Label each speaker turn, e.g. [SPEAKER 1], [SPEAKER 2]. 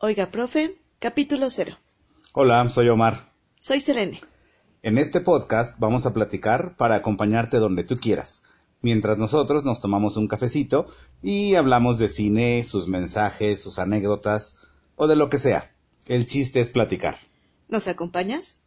[SPEAKER 1] Oiga, profe, capítulo cero.
[SPEAKER 2] Hola, soy Omar.
[SPEAKER 1] Soy Selene.
[SPEAKER 2] En este podcast vamos a platicar para acompañarte donde tú quieras, mientras nosotros nos tomamos un cafecito y hablamos de cine, sus mensajes, sus anécdotas o de lo que sea. El chiste es platicar.
[SPEAKER 1] ¿Nos acompañas?